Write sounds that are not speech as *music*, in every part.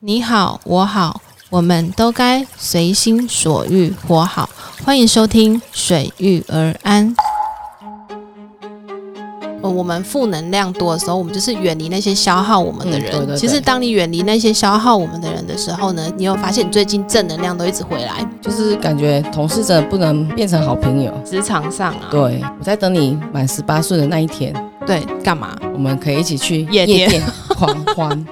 你好，我好，我们都该随心所欲活好。欢迎收听《水遇而安》。呃我们负能量多的时候，我们就是远离那些消耗我们的嗯人。对对其对实，当你远离那些消耗我们的人的时候呢，你有发现你最近正能量都一直回来。就是感觉同事真的不能变成好朋友。职场上啊，对，我在等你满十八岁的那一天，对，干嘛？我们可以一起去夜店狂欢。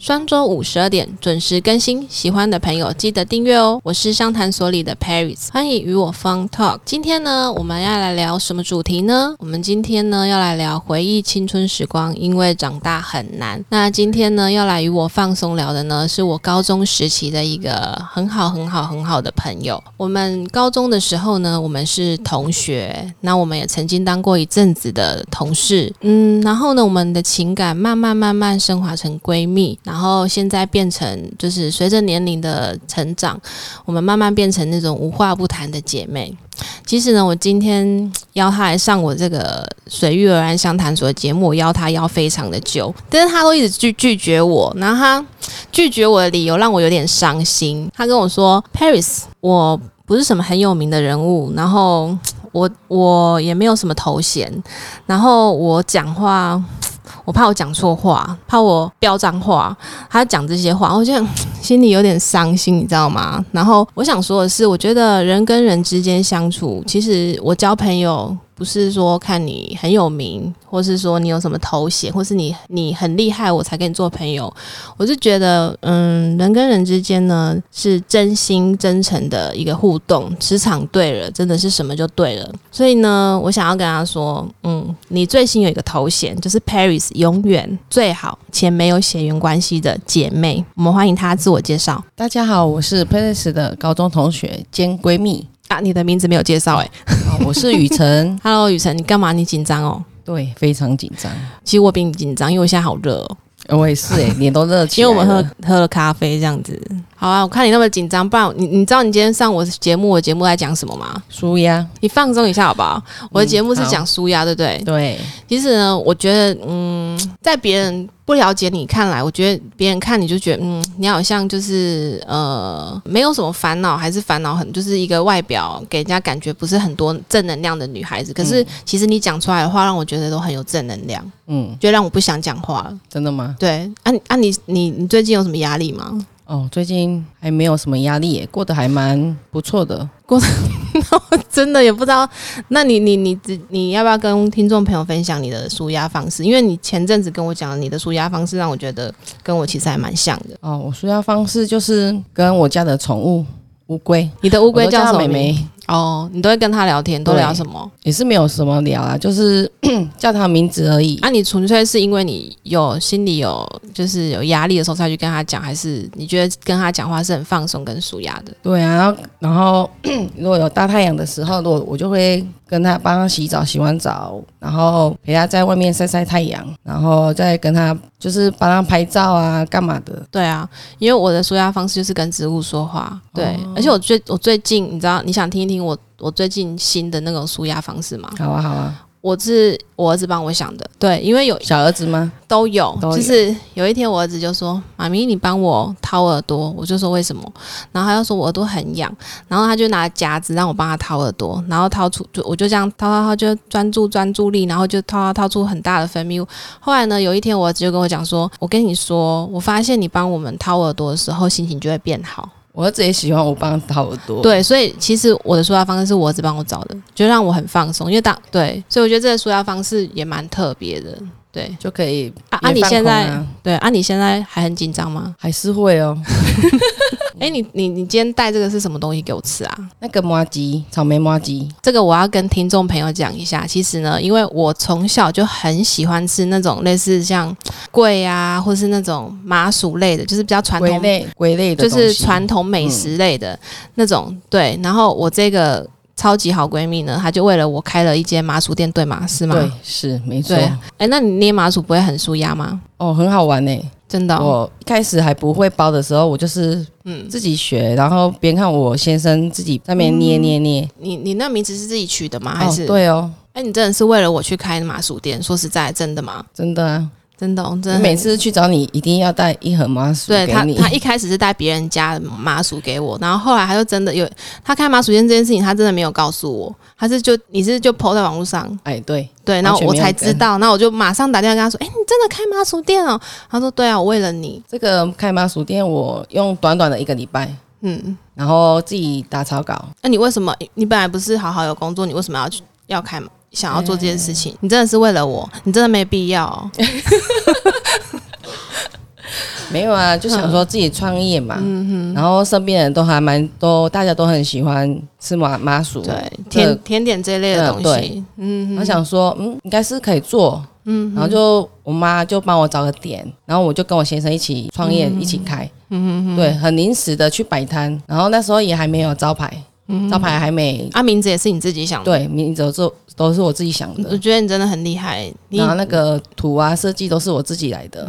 双周五十二点准时更新，喜欢的朋友记得订阅哦。我是商谈所里的 Paris，欢迎与我 Fun Talk。今天呢，我们要来聊什么主题呢？我们今天呢要来聊回忆青春时光，因为长大很难。那今天呢要来与我放松聊的呢，是我高中时期的一个很好很好很好的朋友。我们高中的时候呢，我们是同学，那我们也曾经当过一阵子的同事，嗯，然后呢，我们的情感慢慢慢慢升华成闺蜜，然后现在变成就是随着年龄的成长，我们慢慢变成那种无话不谈的姐妹。其实呢，我今天邀她来上我这个《随遇而安相谈所》的节目，我邀她邀非常的久，但是她都一直拒拒绝我。然后她拒绝我的理由让我有点伤心。她跟我说：“Paris，我不是什么很有名的人物，然后我我也没有什么头衔，然后我讲话。”我怕我讲错话，怕我飙脏话，她讲这些话，我就心里有点伤心，你知道吗？然后我想说的是，我觉得人跟人之间相处，其实我交朋友不是说看你很有名，或是说你有什么头衔，或是你你很厉害我才跟你做朋友。我是觉得，嗯，人跟人之间呢是真心真诚的一个互动，磁场对了，真的是什么就对了。所以呢，我想要跟他说，嗯，你最新有一个头衔，就是 Paris 永远最好且没有血缘关系的姐妹。我们欢迎她自我介绍大家好，我是 Paris 的高中同学兼闺蜜，啊，你的名字没有介绍哎、欸、好我是 *laughs* 雨辰。 ，Hello 雨辰，你干嘛？你紧张哦？对，非常紧张，其实我比你紧张，因为我现在好热哦，我也是哎、脸都热起因来为了。我们喝喝了咖啡这样子。好啊，我看你那么紧张，不然你你知道你今天上我的节目，我节目在讲什么吗？输呀，你放松一下好不好？我的节目是好讲舒压，对不对？对，其实呢，我觉得，嗯，在别人不了解你看来，我觉得别人看你就觉得，嗯，你好像就是呃，没有什么烦恼，还是烦恼很，就是一个外表给人家感觉不是很多正能量的女孩子。可是其实你讲出来的话，让我觉得都很有正能量，嗯，就让我不想讲话了。真的吗？对，啊你啊你你你最近有什么压力吗？哦，最近还没有什么压力耶，过得还蛮不错的。真的也不知道，那你你你你你要不要跟听众朋友分享你的舒压方式？因为你前阵子跟我讲你的舒压方式，让我觉得跟我其实还蛮像的。哦，我舒压方式就是跟我家的宠物乌龟，你的乌乌龟叫什么妹名？妹，哦，你都会跟它聊天，都对聊什么？也是没有什么聊啊，就是 *coughs* 叫它名字而已。啊，你纯粹是因为你有心里有就是有压力的时候才去跟他讲，还是你觉得跟他讲话是很放松跟舒压的？对啊，然后然后 *coughs* 如果有大太阳的时候，如果我就会跟它帮它洗澡、洗完澡，然后陪它在外面晒晒太阳，然后再跟它就是帮它拍照啊，干嘛的。对啊，因为我的舒压方式就是跟植物说话。对，哦而且我最我最近你知道，你想听一听我我最近新的那种舒压方式吗？好啊，好啊，我是我儿子帮我想的，对，因为有小儿子吗？都有，都有就是有一天我儿子就说：“妈咪，你帮我掏耳朵。”我就说：“为什么？”然后他就说：“我耳朵很痒。”然后他就拿夹子让我帮他掏耳朵，然后掏出就我就这样掏掏掏，就专注专注力，然后就掏掏掏出很大的分泌物。后来呢，有一天我儿子就跟我讲说：“我跟你说，我发现你帮我们掏耳朵的时候，心情就会变好。”我儿子也喜欢我帮他掏耳朵。，对，所以其实我的舒压方式是我儿子帮我找的，就让我很放松，因为当对，所以我觉得这个舒压方式也蛮特别的。对就可以啊，啊也你放现空在、啊对啊，你现在还很紧张吗？还是会哦。哎、你嗯你你今天带这个是什么东西给我吃啊？那个麻吉，草莓麻吉，这个我要跟听众朋友讲一下。其实呢，因为我从小就很喜欢吃那种类似像桂啊，或是那种麻薯类的，就是比较传龟统类龟类的就东西，嗯是传统美食类的、那种。对，然后我这个超级好闺蜜呢，她就为了我开了一间麻薯店，对吗？是吗？对，是没错对。哎、那你捏麻薯不会很舒压吗？哦，很好玩呢。真的哦、我一开始还不会包的时候，我就是嗯，自己学，然后边看我先生自己在那边捏捏捏。你你那名字是自己嗯取的吗？还是、哦、对哦，哎、你真的是为了我去开麻薯店？说实在，真的吗？真的啊，真的，真的每次去找你一定要带一盒麻薯对给他，你。他一开始是带别人家的麻薯给我，然后后来他就真的有他开麻薯店这件事情，他真的没有告诉我，他是就你是就 PO 在网络上， *laughs* 哎，对，对，完全然后我没有才跟知道，那我就马上打电话跟他说，哎、你真的开麻薯店哦？他说对啊，我为了你，这个开麻薯店我用短短的一个礼拜，嗯，然后自己打草稿，那、你为什么你本来不是好好有工作，你为什么要去要开想要做这件事情？你真的是为了我，你真的没必要哦、哎没有啊，就想说自己创业嗯嘛。然后身边人都还蛮都，大家都很喜欢吃麻麻薯。啊对，这甜甜点这一类的呃东对西，嗯，我想说，嗯，应该是可以做，嗯，然后就我妈就帮我找个点，然后我就跟我先生一起创业，一起开，嗯嗯，对，很临时的去摆摊，然后那时候也还没有招牌，招牌还没，啊，名字也是你自己想的，对，名字都都是我自己想我的，觉得你真的很厉害，你然后那个图啊设计都是我自己来的，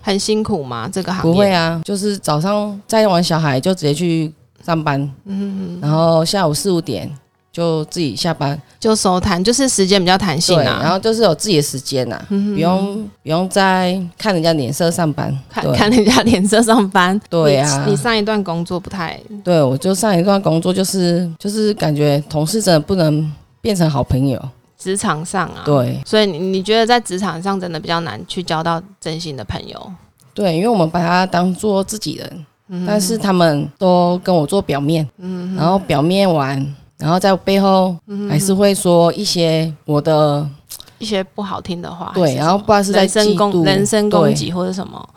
很辛苦吗？这个行业不会啊，就是早上载完小孩就直接去上班，嗯，然后下午四五点就自己下班，就收摊，就是时间比较弹性对，啊。嗯然后就是有自己的时间呐、啊不用不用再看人家脸色上班，看对看人家脸色上班，对啊你你上一段工作不太，对，我就上一段工作就是就是感觉同事真的不能变成好朋友，职场上啊，，对所以你你觉得在职场上真的比较难去交到真心的朋友，对，因为我们把他当做自己人，嗯但是他们都跟我做表面，然后表面完，然后在背后嗯还是会说一些我的一些不好听的话，还对，是然后不知道是在人嫉身妒攻人身攻。对击或者什么，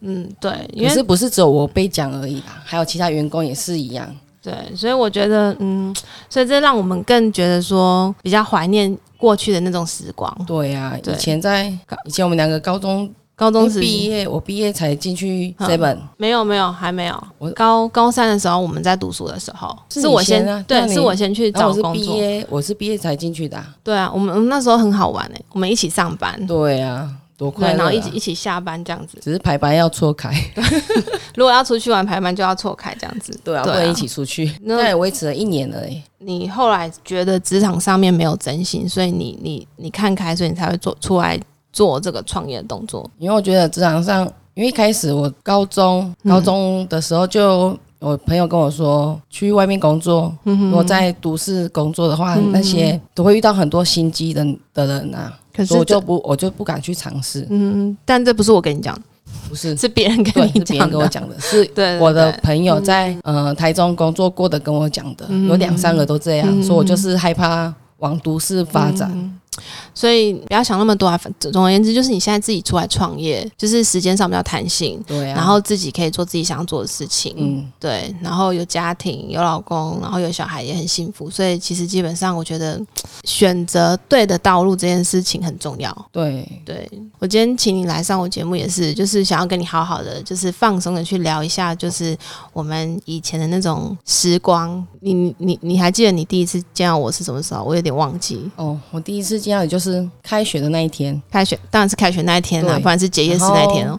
嗯，对，因为可是不是只有我被讲而已啦，还有其他员工也是一样。对，所以我觉得，嗯，所以这让我们更觉得说比较怀念过去的那种时光，对呀、对以前在以前我们两个高中高中时毕期业，我毕业才进去 seven，没有没有，还没有。我高高三的时候，我们在读书的时候，是我你先先啊对，那你是我先去然找后我是工毕作。业，我是毕业才进去的啊、对啊，我们我们那时候很好玩诶、欸我们一起上班，对啊，多快对，乐、然啊！后一起一起下班这样子。只是排班要错开，如果要出去玩排班，就要错开这样子。对啊， *laughs* 对啊不能一起出去。那那也维持了一年了、欸，你后来觉得职场上面没有真心，所以你你你看开，所以你才会做出来做这个创业的动作。因为我觉得职场上，因为一开始我高中嗯高中的时候就。我朋友跟我说，去外面工作，嗯如果在都市工作的话，那些都会遇到很多心机的的人啊，可所以是我就这不我就不敢去尝试，嗯，但这不是我 *laughs* 跟你讲，不是是别人跟嗯对，你是讲别人的。跟我讲的，是对对嗯我的对朋友在呃台中工作过的跟我讲的，嗯有两三个都这样，所以我就是害怕往都市发展。嗯所以不要想那么多啊。反总而言之，就是你现在自己出来创业，就是时间上比较弹性，对啊，然后自己可以做自己想要做的事情，嗯，对，然后有家庭、有老公，然后有小孩也很幸福，所以其实基本上我觉得选择对的道路这件事情很重要。对，对我今天请你来上我节目也是，就是想要跟你好好的，就是放松的去聊一下，就是我们以前的那种时光。你你你你还记得你第一次见到我是什么时候？我有点忘记。哦，我第一次见到你就是开学的那一 *laughs* 天，开学当然是开学那一天啦、对不然是结业式那一天哦、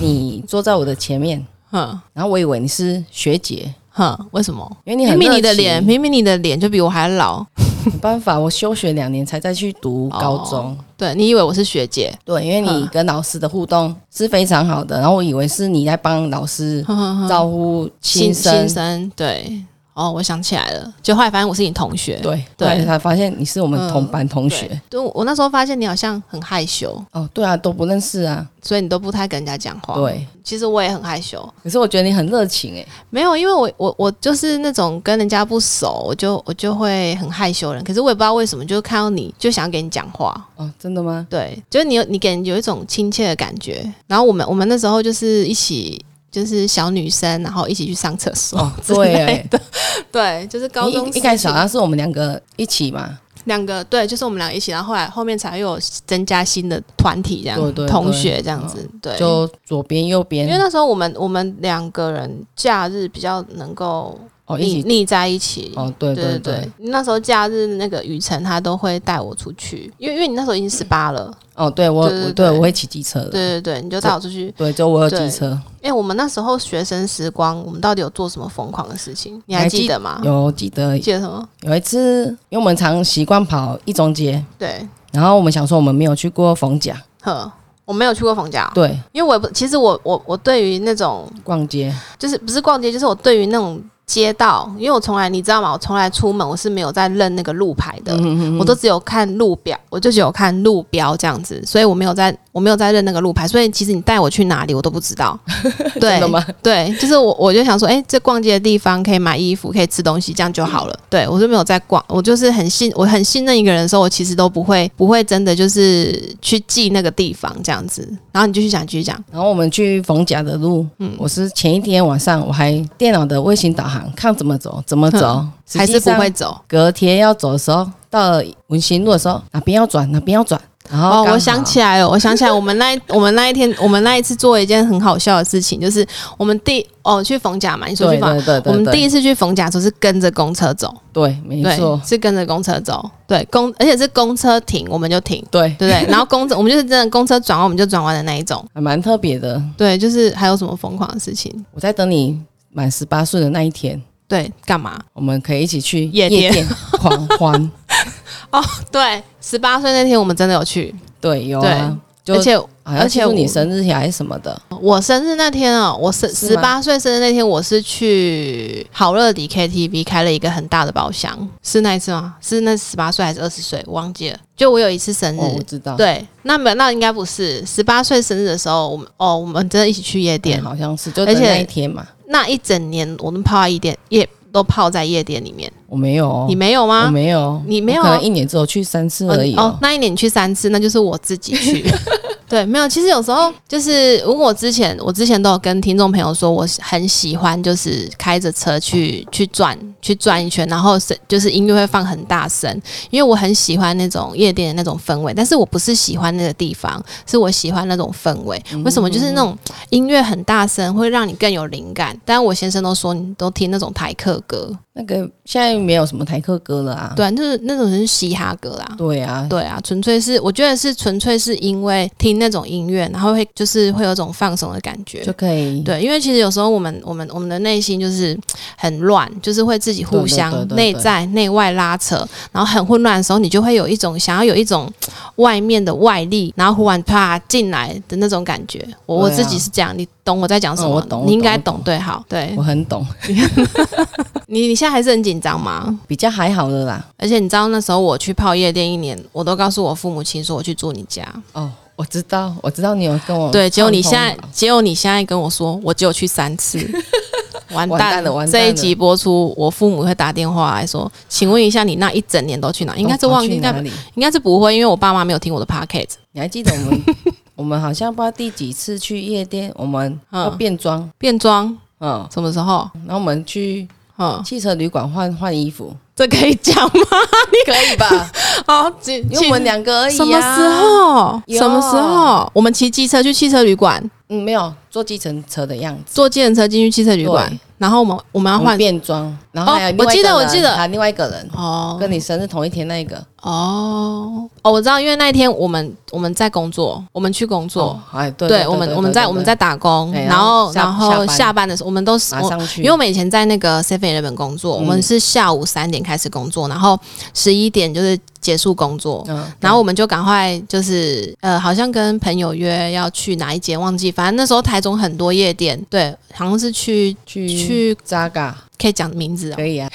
你坐在我的前面，哼然后我以为你是学姐，哼，为什么？因为你很明明你的热情脸，明明你的脸就比我还老，没办法，我休学两年才再去读高中。对你以为我是学姐， *laughs* 对，因为你哦嗯跟老师的互动是非常好的，然后我以为是你在帮老师哼哼哼招呼新新生新，生对。哦，我想起来了，就后来反正我是你同学，对，对嗯对，后来才发现你是我们同班同对学。对，我那时候发现你好像很害羞，哦，对啊，都不认识啊。所以你都不太跟人家讲话。，对，其实我也很害羞，可是我觉得你很热情欸诶、没有，因为我我我就是那种跟人家不熟，我就我就会很害羞人。可是我也不知道为什么，就是看到你就想跟你讲话，哦，真 *laughs* 的吗？对，就是你有你给人有一种亲切的感觉。然后我们我们那时候就是一起。就是小女生，然后一起去上厕所、哦，对、欸， *laughs* 对，就是高你中一一开始时好期像是我们两个一起嘛，两个对，就是我们俩一起，然后后来后面才又有增加新的团体这样，对对对同学这样子，对，就左边右边因为，那时候我们我们两个人假日比较能够哦，一腻起，腻在一起。哦，对对对对对，那时候假日那个雨辰他都会带我出去，因为因为你那时候已经十八了，哦，对我，对对我对对我会骑机车的，对对对，你就带我出去。对，就我有对机车，哎、我们那时候学生时光，我们到底有做什么疯狂的事情？你还还记记得吗？有记得记得什么？有一次，因为我们常习惯跑一中街，对，然后我们想说我们没有去过逢甲，呵，我没有去过冯家，对，因为我也不，其实我我我对于那种逛街，就是不是逛街，就是我对于那种街道，因为我从来你知道吗？我从来出门我是没有在认那个路牌的，嗯我都只有看路表，我就只有看路标这样子，所以我没有在我没有在认那个路牌，所以其实你带我去哪里我都不知 *laughs* 道。对真的吗？对，就是我我就想说，哎、这逛街的地方可以买衣服，可以吃东西，这样就好了。对我就没有在逛，我就是很信我很信任一个人的时候，我其实都不会不会真的就是去记那个地方这样子。然后你继续讲，继续讲，然后我们去逢甲的路，嗯我是前一天晚上我还电脑的卫星导航看怎么走怎么走，实际还是不上会走。隔天要走的时候，到了文心路的时候，哪边要转哪边要转，然后哦，刚我好想起来了，我想起来，我们那一 *laughs* 我们那一天，我们那一次做了一件很好笑的事情，就是我们第哦去逢甲嘛，你说去对逢甲对对对，我们第对一次去逢甲的时候是跟着公车走，对没对错，，是跟着公车走，对公，而且是公车停我们就停，对，对不 *laughs* 对？然后公车我们就是真的公车转弯我们就转弯的那一种，还蛮特别的。对，就是还有什么疯狂的事情？我在等你满十八岁的那一天，对，干嘛？我们可以一起去夜店店狂 *laughs* 欢，对，十八岁那天我们真的有去，对，有对啊，就而且好像而且庆祝你我生日还是什么的，我生日那天哦，我生十是吗八岁生日那天，我是去好乐迪 KTV 开了一个很大的包厢，是那一次吗？是那十八岁还是二十岁？我忘记了。就我有一次生日，哦，我知道，嗯对，那没有那应该不是十八岁生日的时候，我们哦，我们真的一起去夜店，嗯好像是，就而等且那一天嘛，那一整年我们泡在夜店，夜都泡在夜店里面。我没有哦，你没有我吗？没有，哦你没有我可能一年只有去三次而已、哦哦哦。，那一年你去三次，那就是我自己 *laughs* 去。对，没有。其实有时候就是，如果我之前我之前都有跟听众朋友说，我很喜欢就是开着车去哦去转去转一圈，然后是就是音乐会放很大声，因为我很喜欢那种夜店的那种氛围。但是我不是喜欢那个地方，是我喜欢那种氛围。嗯为什么？就是那种音乐很大声会让你更有灵感。但我先生都说你都听那种台客歌，那个现在没有什么台客歌了啊。对、啊，就是那种是嘻哈歌啦。对啊，对啊，纯粹是我觉得是纯粹是因为听那种音乐，然后会就是会有种放松的感觉就。嗯可以。对，因为其实有时候我们我们我们的内心就是很乱，就是会自己互对对相对对内对在内外拉扯，然后很混乱的时候，你就会有一种想要有一种外面的外力，然后忽然啪进来的那种感觉。我、我对啊自己是这样，你懂我在讲什么？嗯我懂我你应该懂我懂。对，好，对我很懂，你你现在还是很紧张吗？比较还好了啦。而且你知道那时候我去泡夜店一年，我都告诉我父母亲说我去住你家。哦，我知道，我知道你有跟我对，结果你哦畅现通在，结果你现在跟我说，我只有去三次， *laughs* 完完蛋了完蛋这一了集播出，我父母会打电话来说，请问一下，你那一整年哦都去哪？应该是忘记，都应哦跑去该哪里？应该是不会，因为我爸妈没有听我的 p o c k e t 你还记得 *laughs* 我们我们好像不知道第几次去夜店，我们嗯要变装，变装嗯，什么时候？然后我们去嗯，汽车旅馆换换衣服，这可以讲吗？ *laughs* 可以吧？好，请因为我们两个而已、啊。什么时？候？有什么时候？我们骑机车去汽车旅馆，嗯，没有坐计程车的样子。坐计程车进去汽车旅馆对，然后我们我们要我们换变装，然后哦还有另外一我记得个人我记得还有另外一个人哦跟你生日同一天那一个哦哦，我知道，因为那一天我们我们在工作，我们去工作，哦哎，对对我们我们在我们在打工，对然后然然后下后下班下班的时候我们都是马我上去，嗯因为我们以前在那个 Seven Eleven 工作，我们是下午三点开始工作，然后十一点就是结束工作。嗯，然后我们就赶快就是呃，好像跟朋友约要去哪一间忘记，反正那时候台中很多夜店，对，好像是去去去扎嘎可以讲名 *laughs* 字哦，可以啊，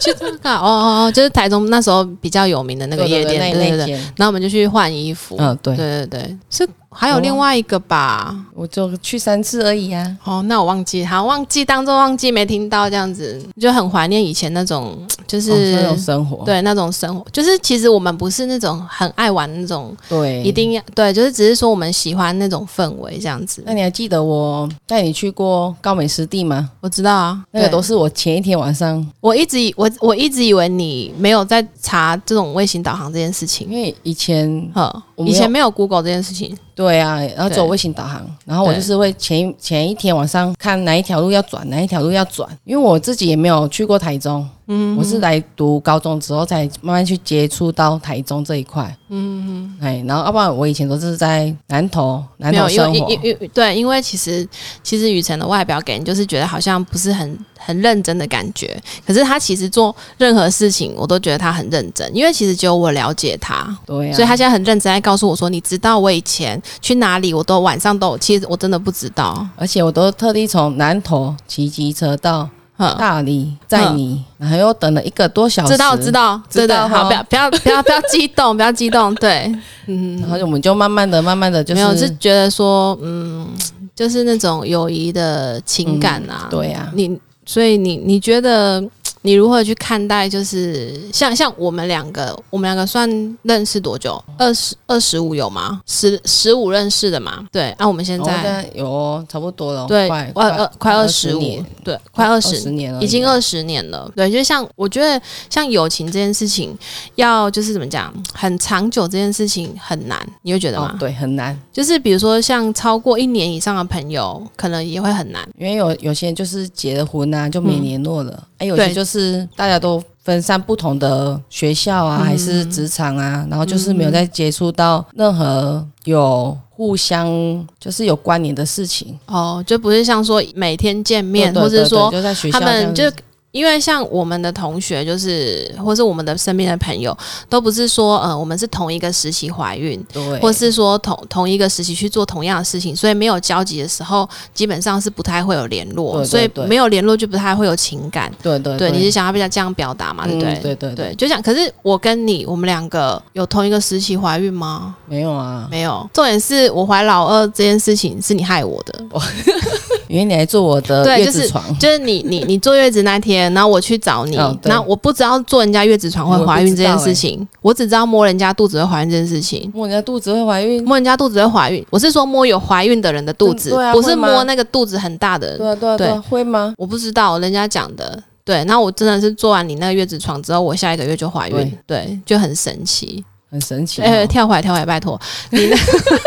去这个哦哦哦，就是台中那时候比较有名的那个夜对对对店，对那对那对。间，然后我们就去换衣服，嗯，对，对对对，是还有有啊另外一个吧，我就去三次而已啊。哦，那我忘记，好忘记，当做忘记没听到这样子，就很怀念以前那种，就是、哦那种生活，对那种生活，就是其实我们不是那种很爱玩那种，对，一。定要对，就是只是说我们喜欢那种氛围这样子那。你还记得我带你去过高美湿地吗？我知道啊，那个都是是我前一天晚上，我一直以我我一直以为你没有在查这种卫星导航这件事因情，为以前呵，我没以有前没有 Google 这件事情，对啊，然后对走微型导航，然后我对就是会前一前一天晚上看哪一条路要转，哪一条路要转，因为我自己也没有去过台中，嗯，我是来读高中之后才慢慢去接触到台中这一块。嗯嗯，哎，然后要不然我以前都是在南投，南没投有，因生为活。因因因对，因为其实其实雨辰的外表给人就是觉得好像不是很很认真的感觉，可是他其实做任何事情我都觉得他很认真，因为其实只有我了解他，对啊呀、所以他现在很认真在告诉我说，你知道我以前去哪里，我都晚上都有，其实我真的不知道，而且我都特地从南投骑机车到嗯，大理载你，然后又等了一个多小时，知道知，道知知道道，哦好，哈不要不要不要不要激动，不要激动，对，然后我们就慢慢的、慢慢的 *laughs* 就没有是是觉得说，嗯，就是那种友谊的情感啊，对呀、你所以你你觉得你如何去看待？就是像像我们两个，我们两个算认识多久？二十二十五有吗？十十五认识的嘛？对，那、我们现然后在、在有哦差不多了，对快快二快二十五年，，对，快二十20年了，已经二十年了，对，就像我觉得像友情这件事情，要就是怎么讲，很长久这件事情很难，你会觉得吗？哦，对，很难，就是比如说像超过一年以上的朋友，可能也会很难。因为有有些人就是结了婚啊就没联络了，哎、有些对就是大家都分散不同的学校嗯啊，还是职场啊，然后就是没有再接触到任何有互相就是有关联的事情，哦，就不是像说每天见面，对对或是对说就在学校他这们样就子因为像我们的同学，就是或是我们的身边的朋友，都不是说呃我们是同一个时期怀孕，对，或是说同同一个时期去做同样的事情，所以没有交集的时候，基本上是不太会有联络，对对所对以没有联络就不太会有情感。对对对，你是想要比较这样表达嘛？对不对？嗯对对对对，就像可是我跟你，我们两个有同一个时期怀孕吗？没有啊，没有。重点是我怀老二这件事情是你害我的。因为你来坐我的对月就是子床，就是你你你坐月子那天，然后我去找你，哦对然后我不知道坐人家月子床会怀孕这件欸事情，我只知道摸人家肚子会怀孕这件事情。摸人家肚子会怀孕，摸人家肚子会怀孕，我是说摸有怀孕的人的肚子，嗯对啊不是会吗摸那个肚子很大的人。对啊对啊对啊，会吗？我不知道人家讲的。对，那我真的是做完你那个月子床之后，我下一个月就怀孕，对，就很神奇。很神奇、哦，哎、跳回来，跳回来，拜托你那，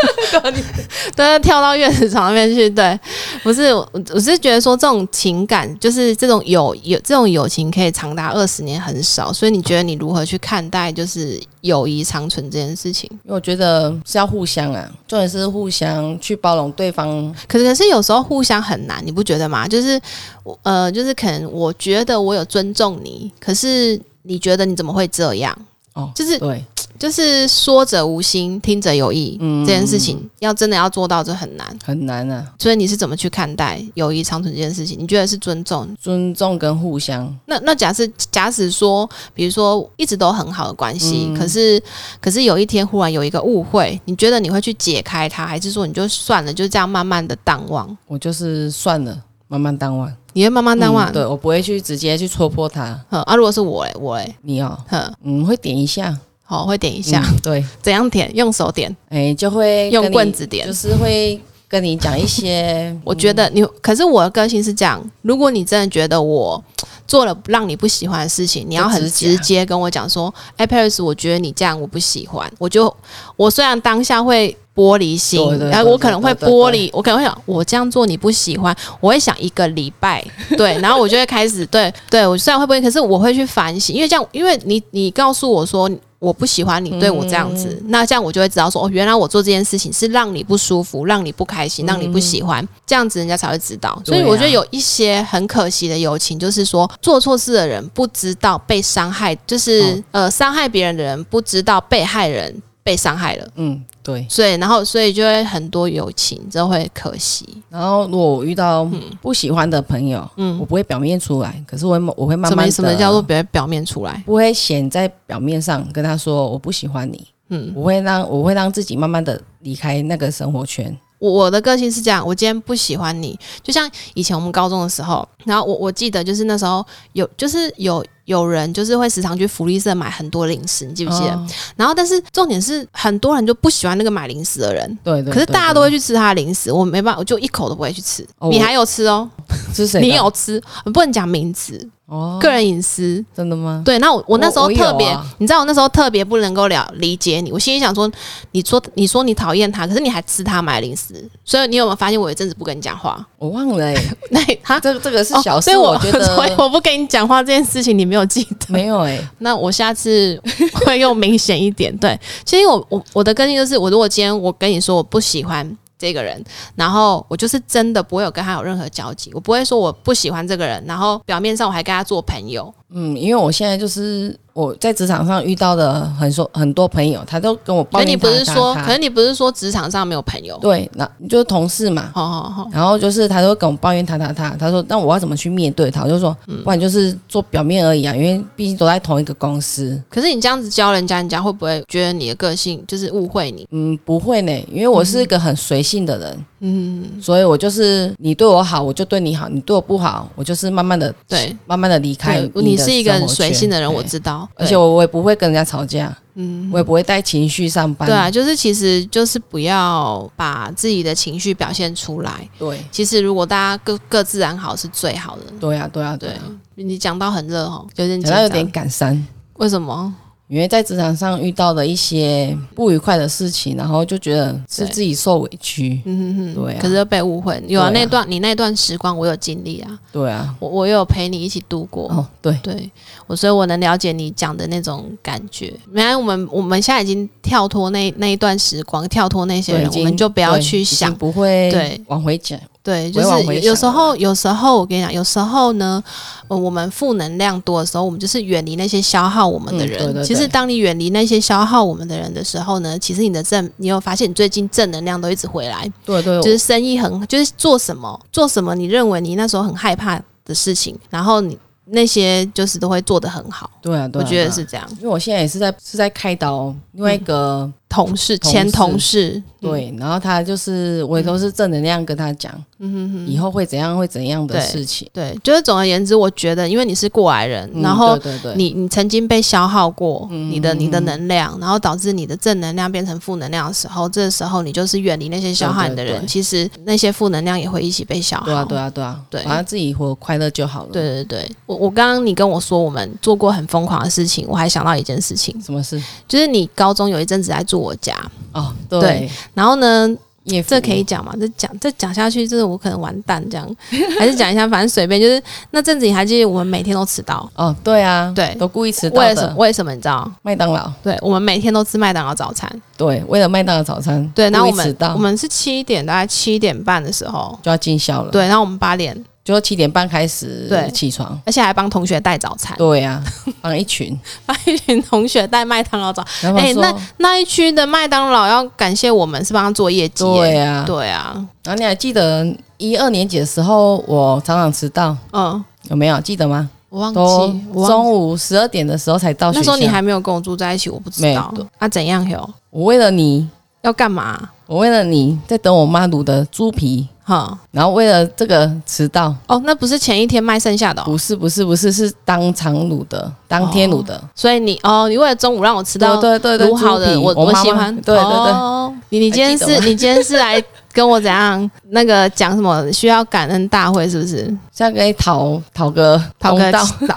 *laughs* 对，跳到月子床那边去。对，不是，我我是觉得说这种情感，就是这种友友这种友情，可以长达二十年很少。所以你觉得你如何去看待就是友谊长存这件事情？因为我觉得是要互相啊，重点是互相去包容对方，可是可是有时候互相很难，你不觉得吗？就是我呃，就是可能我觉得我有尊重你，可是你觉得你怎么会这样？哦就是对，就是说者无心，听者有意，这件事情要真的要做到，这很难。很难啊，所以你是怎么去看待友谊长存这件事情？你觉得是尊重？尊重跟互相，那那假设假使说，比如说一直都很好的关系，嗯可是可是有一天忽然有一个误会，你觉得你会去解开它，还是说你就算了，就这样慢慢的淡忘？我就是算了，慢慢淡忘，你会慢慢淡忘？嗯对我不会去直接去戳破他，哼啊，如果是我嘞，我嘞，你哦，哼，嗯，会点一下，好，会点一下，嗯对，怎样点？用手点，哎、就会用跟你棍，子点就。是会跟你讲一些我觉得你，可是我的个性是这样，如果你真的觉得我做了让你不喜欢的事情，你要很就直直接接跟我讲说，哎，Paris，我觉得你这样我不喜欢，我就我虽然当下会。玻璃心对对，对然后我可能会对对对玻璃，我可能会想，我这样做你不喜欢，我会想一个礼拜， *laughs* 对，然后我就会开始，对对，我虽然会不会，可是我会去反省，因为这样，因为你你告诉我说我不喜欢你对我这样子，嗯那这样我就会知道说，哦，原来我做这件事情是让你不舒服，让你不开心，让你不喜欢，这样子人家才会知道。所以嗯对啊我觉得有一些很可惜的友情，就是说做错事的人不知道被伤害，就是、嗯呃伤害别人的人不知道被害人被伤害了。嗯，对。所以，然后，所以就会很多友情，就会可惜。然后，如果我遇到不喜欢的朋友，嗯，我不会表面出来，可是我会我会慢什慢么的什么叫做别表面出来？不会显在表面上跟他说我不喜欢你，嗯嗯，我会让我会让自己慢慢的离开那个生活圈，我我的个性是这样，我今天不喜欢你，就像以前我们高中的时候，然后我我记得就是那时候有就是有有人就是会时常去福利社买很多零食，你记不记得？哦然后但是重点是很多人就不喜欢那个买零食的人，对对可是对大家对都会去吃他的零食，我没办法，我就一口都不会去吃。哦你我还有吃哦，是谁的？你有吃，不能讲名字，哦，个人隐私。真的吗？对，那我我那时候我有啊特别，你知道我那时候特别不能够了理解你，我心里想说，你说你说你讨厌他，可是你还吃他买零食，所以你有没有发现我有一阵子不跟你讲话？ *laughs* 我忘了哎、那他这这个是小哦，事，所以我我觉 *laughs* 所以得我不跟你讲话这件事情你没有记得。 *laughs* 没有哎、那我下次会用明显一点。对，其实我我我的根据就是，我如果今天我跟你说我不喜欢这个人，然后我就是真的不会有跟他有任何交集，我不会说我不喜欢这个人，然后表面上我还跟他做朋友。嗯，因为我现在就是我在职场上遇到的很多很多朋友，他都跟我抱可怨你不是他说，他可是你不是说职场上没有朋友？对，那就是同事嘛，好好好，然后就是他都会跟我抱怨他他他，他说那我要怎么去面对他？我就说，嗯不然就是做表面而已啊，因为毕竟都在同一个公司。可是你这样子教人家，人家会不会觉得你的个性就是误会你？嗯，不会呢，因为我是一个很随性的人，嗯，所以我就是你对我好，我就对你好；你对我不好，我就是慢慢的对，慢慢的离开对，你你的是一个生很活随圈性的人，我对知道，而对且我我也不会跟人家吵架，嗯我也不会带情绪上班。对啊，就是其实就是不要把自己的情绪表现出来。对其实如果大家各各自安好是最好的。对啊，对啊，对对啊，你讲到很热哦，有点紧讲到张有点感伤。为什么？因为在职场上遇到的一些不愉快的事情，然后就觉得是对自己受委屈，嗯哼哼，对啊可是又被误会。有啊，对啊那段你那段时光我有经历啊，对啊，我我也有陪你一起度过。哦，对，对我，所以我能了解你讲的那种感觉。原来我们我们现在已经跳脱那那一段时光，跳脱那些对已人，我经们就不要对去已经想。不会对往回讲，对，不就会往是回有有时想了候，有时候我跟你讲，有时候呢，呃，我们负能量多的时候，我们就是远离那些消耗我们的嗯人。对对其实，对当你远离那些消耗我们的人的时候呢，其实你的正，你有发现你最近正能量都一直回来，对对，就是生意很，就是做什么做什么，你认为你那时候很害怕的事情，然后你那些就是都会做得很好。对啊，对我啊觉得。对是啊这样。因为我现在也是在是在开导另外一个、同事、同前事同事，嗯，对，然后他就是我也都是正能量跟他讲、嗯哼哼，以后会怎样会怎样的对事情，对，就是总而言之，我觉得，因为你是过来人，嗯然后对对对，你你曾经被消耗过嗯你的你的嗯嗯能量，然后导致你的正能量变成负能量的时候，这时候你就是远离那些消耗你的对对人，对其实那些负能量也会一起被消耗。对啊对啊对啊，对反正自己活快乐就好了。对，对对，我我刚刚你跟我说我们做过很疯狂的事情，我还想到一件事情，什么事？就是你高中有一阵子来住我家，哦，对对，然后呢，也这可以讲吗？这讲这讲下去，就是我可能完蛋这样， *laughs* 还是讲一下，反正随便。就是那阵子你还记得我们每天都迟到，哦，对啊，对都故意迟到为什么？的。为什么你知道？麦当劳，对，我们每天都吃麦当劳早餐。对，为了麦当劳早餐，对，然后我故意迟们到我们是七点，大概七点半的时候，就要进校了，，对，然后我们八点，就七点半开始对起床，而且还帮同学带早餐，对呀、啊，绑一 *laughs* 群，帮一群同学带麦当劳早。然后哎、说、那那一区的麦当劳要感谢我们，是帮他做业绩耶。对呀、啊，对啊，然后你还记得一二年级的时候，我常常迟到，嗯，我有没有记得吗？忘都记，我忘中午十二点的时候才到学校，那时候你还没有跟我住在一起，我不知没道有。啊，怎样哟？我为了你，要干嘛、我为了你在等我妈卤的猪皮，哈、然后为了这个迟到，哦，那不是前一天卖剩下的、哦，不是不是不是是当场卤的，当天卤的。所以你哦，你为了中午让我吃到对对对对，卤好的，猪皮我我妈妈喜欢。对对对，哦你你今天还记是得吗你今天是来跟我怎样那个讲什么需要感恩大会是不是？现在可以讨讨个讨公个道， *laughs* 讨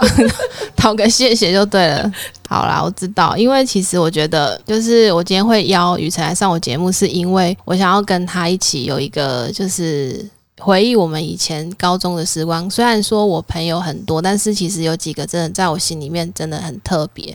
讨个谢谢就对了。好啦，我知道，因为其实我觉得，就是我今天会邀雨辰来上我节目，是因为我想要跟他一起有一个就是。回忆我们以前高中的时光，虽然说我朋友很多，但是其实有几个真的在我心里面真的很特别，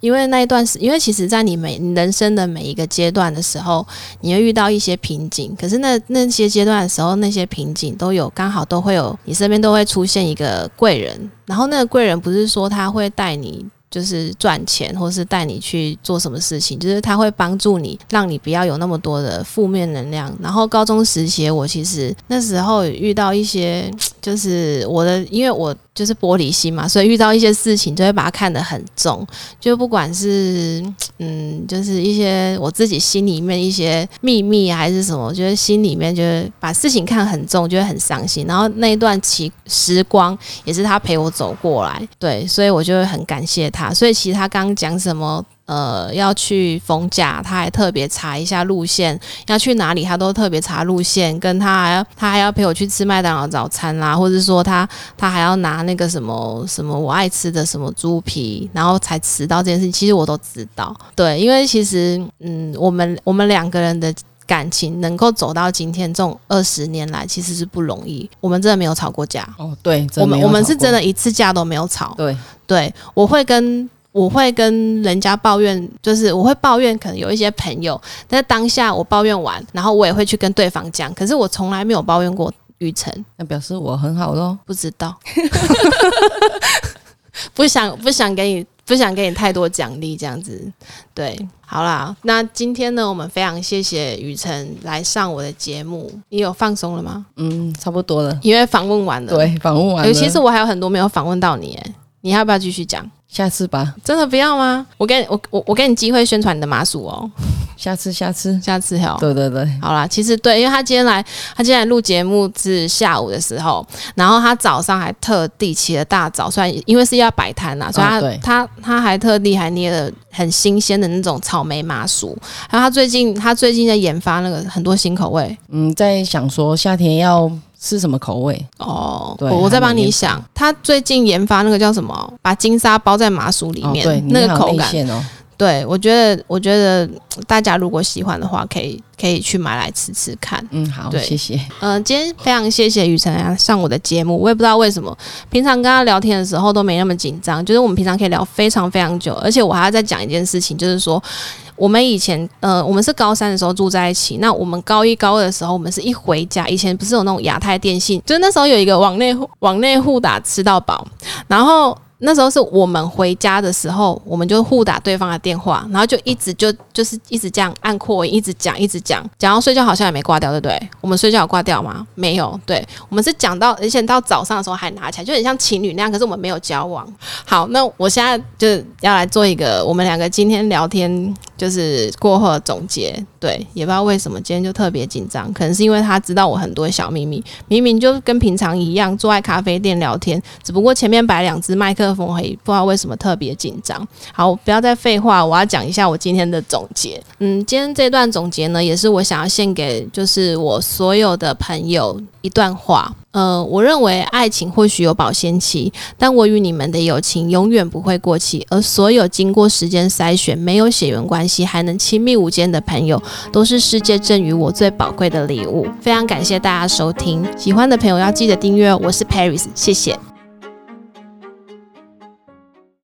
因为那一段时，因为其实，在你每你人生的每一个阶段的时候，你会遇到一些瓶颈，可是那那些阶段的时候，那些瓶颈都有刚好都会有，你身边都会出现一个贵人，然后那个贵人不是说他会带你。就是赚钱，或是带你去做什么事情，就是他会帮助你，让你不要有那么多的负面能量。然后高中时期，我其实那时候遇到一些，就是我的，因为我就是玻璃心嘛，所以遇到一些事情就会把它看得很重，就不管是嗯，就是一些我自己心里面一些秘密啊还是什么，我觉得心里面就是把事情看很重，就会很伤心。然后那一段期时光也是他陪我走过来，对，所以我就会很感谢他。所以其实他刚刚讲什么。呃要去逢甲，他还特别查一下路线，要去哪里他都特别查路线，跟他还要他还要陪我去吃麦当劳早餐啦，或者说他他还要拿那个什么什么我爱吃的什么猪皮，然后才迟到这件事情，其实我都知道。对，因为其实嗯，我们我们两个人的感情能够走到今天，这种二十年来其实是不容易。我们真的没有吵过架，哦，对，我们我们是真的的一次架都没有吵。对，对，我会跟我会跟人家抱怨，就是我会抱怨，可能有一些朋友，但是当下我抱怨完，然后我也会去跟对方讲，可是我从来没有抱怨过雨辰，那表示我很好咯。不知道， *laughs* 不想不想给你。不想给你太多奖励，这样子，对，嗯好啦。那今天呢，我们非常谢谢雨辰来上我的节目。你有放松了吗？嗯，差不多了。因为访问完了，对，访问完尤了，其是我还有很多没有访问到你，哎，你要不要继续讲？下次吧，真的不要吗？我给你我我我给你机会宣传你的麻薯哦，下次，下次，下次哦。对对对，好啦，其实对，因为他今天来，他今天来录节目是下午的时候，然后他早上还特地起了大早，虽然因为是要摆摊啦，所以他、哦对他他还特地还捏了很新鲜的那种草莓麻薯，还有他最近他最近在研发那个很多新口味嗯，在想说夏天要吃什么口味，哦，对我我在还蛮帮你研想，他最近研发那个叫什么，把金沙包在麻薯里哦，面，对，那你个好口内感。馅哦，对，我觉得，我觉得嗯大家如果喜欢的话，可以可以去买来吃吃看。嗯，好，对谢谢，嗯、今天非常谢谢雨辰来上我的节目，我也不知道为什么，平常跟他聊天的时候都没那么紧张，就是我们平常可以聊非常非常久，而且我还要再讲一件事情，就是说。我们以前，呃，我们是高三的时候住在一起。那我们高一、高二的时候，我们是一回家，以前不是有那种亚太电信，就是那时候有一个网内网内互打吃到饱，然后那时候是我们回家的时候，我们就互打对方的电话，然后就一直就就是一直这样按扩音，一直讲，一直讲，讲到睡觉好像也没挂掉，对不对？我们睡觉有挂掉吗？没有，对，我们是讲到，而且到早上的时候还拿起来，就很像情侣那样，可是我们没有交往。好，那我现在就是要来做一个我们两个今天聊天就是过后的总结，对，也不知道为什么今天就特别紧张，可能是因为他知道我很多小秘密，明明就跟平常一样坐在咖啡店聊天，只不过前面摆两只麦克风而已，不知道为什么特别紧张。好，不要再废话，我要讲一下我今天的总结。嗯，今天这段总结呢，也是我想要献给就是我所有的朋友一段话。呃，我认为爱情或许有保鲜期，但我与你们的友情永远不会过期。而所有经过时间筛选、没有血缘关系还能亲密无间的朋友，都是世界赠予我最宝贵的礼物。非常感谢大家收听，喜欢的朋友要记得订阅哦。我是 Paris，谢谢。